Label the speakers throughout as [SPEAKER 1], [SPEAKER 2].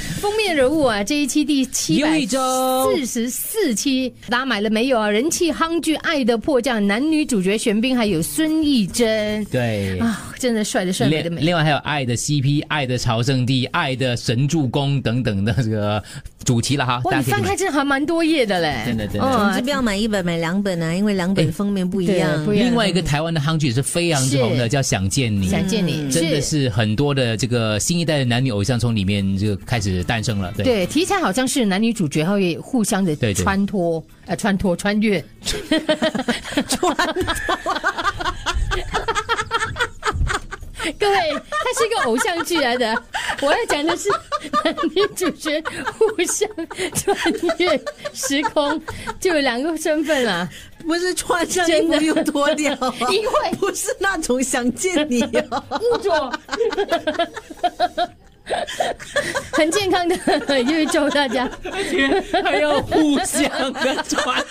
[SPEAKER 1] 封面人物啊，这一期第七
[SPEAKER 2] 又
[SPEAKER 1] 百
[SPEAKER 2] 一周
[SPEAKER 1] 四十四期，大家买了没有啊？人气夯剧《爱的迫降》，男女主角玄彬还有孙艺珍
[SPEAKER 2] 对。
[SPEAKER 1] 啊，真的帅的帅，美的
[SPEAKER 2] 另
[SPEAKER 1] 美。
[SPEAKER 2] 另外还有爱的 CP、爱的朝圣地、爱的神助攻等等的这个主题了哈。
[SPEAKER 1] 哇，
[SPEAKER 2] 大
[SPEAKER 1] 你
[SPEAKER 2] 家可以
[SPEAKER 1] 翻
[SPEAKER 2] 买
[SPEAKER 1] 开真的还蛮多页的嘞，哦
[SPEAKER 2] 真的真的
[SPEAKER 3] 总之不要买一本，买两本啊，因为两本封面不一
[SPEAKER 1] 对
[SPEAKER 3] 样
[SPEAKER 1] 不。一样
[SPEAKER 2] 另外一个台湾的夯剧也是非常之红的，
[SPEAKER 1] 是
[SPEAKER 2] 叫《想见你》。
[SPEAKER 1] 想见你，
[SPEAKER 2] 真的是很多的这个新一代的男女偶像从里面就开始诞生了，对，
[SPEAKER 1] 对，题材好像是男女主角会互相的
[SPEAKER 2] 对对
[SPEAKER 1] 穿脱，呃，穿脱 穿越， 各位，它是一个偶像剧来的。我要讲的是男女主角互相穿越时空，就有两个身份啊 啦。
[SPEAKER 3] 不是穿上
[SPEAKER 1] 真
[SPEAKER 3] 衣
[SPEAKER 1] 的
[SPEAKER 3] 服又脱掉啊，
[SPEAKER 1] 因为
[SPEAKER 3] 不是那种想见你 啊。
[SPEAKER 1] 物种。很健康的， 因为祝大家
[SPEAKER 2] 还要互相的传，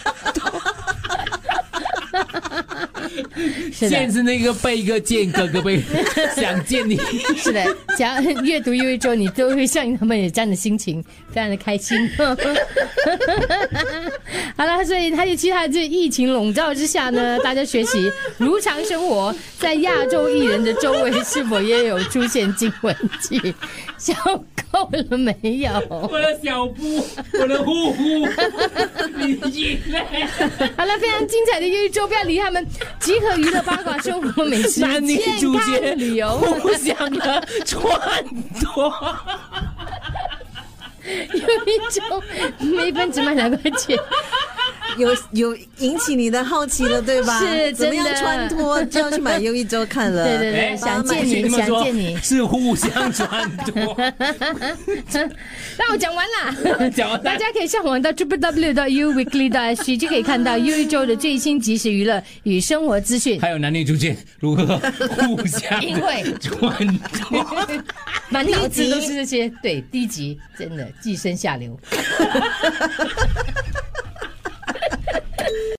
[SPEAKER 1] 是的
[SPEAKER 2] 见，是那个贝哥见哥哥贝， 想见你，
[SPEAKER 1] 是的，只要阅读又一周，你都会像他们有这样的心情，非常的开心。 好了，所以他就其他这疫情笼罩之下呢，大家学习如常生活，在亚洲艺人的周围是否也有出现惊魂记？ 笑够了没有？
[SPEAKER 2] 我的小布，我的 呼呼，你赢了，
[SPEAKER 1] 好了，非常精彩的一周，不要理他们，集合娱乐八卦、生活美食、
[SPEAKER 2] 男女主
[SPEAKER 1] 健
[SPEAKER 2] 角
[SPEAKER 1] 康旅游，
[SPEAKER 2] 互相的穿脱。
[SPEAKER 1] 有一周每分只卖两块钱，
[SPEAKER 3] 有有引起你的好奇了，对吧？
[SPEAKER 1] 是
[SPEAKER 3] 怎么样
[SPEAKER 1] 真的
[SPEAKER 3] 穿脱就要去买又一周看了。
[SPEAKER 1] 对对对，
[SPEAKER 2] 哎
[SPEAKER 1] 想见
[SPEAKER 2] 听
[SPEAKER 1] 你，
[SPEAKER 2] 他们
[SPEAKER 1] 想
[SPEAKER 2] 说
[SPEAKER 1] 见你。
[SPEAKER 2] 是互相传播。 ，
[SPEAKER 1] 那我 讲完啦
[SPEAKER 2] 讲完
[SPEAKER 1] 大家可以上网到 triple w 到 u weekly 到 sg 就可以看到又一周的最新即时娱乐与生活资讯。
[SPEAKER 2] 还有男女主角如何互相
[SPEAKER 1] 因为
[SPEAKER 2] 传播。
[SPEAKER 1] 满脑子都是这些，对，低级，真的寄生下流。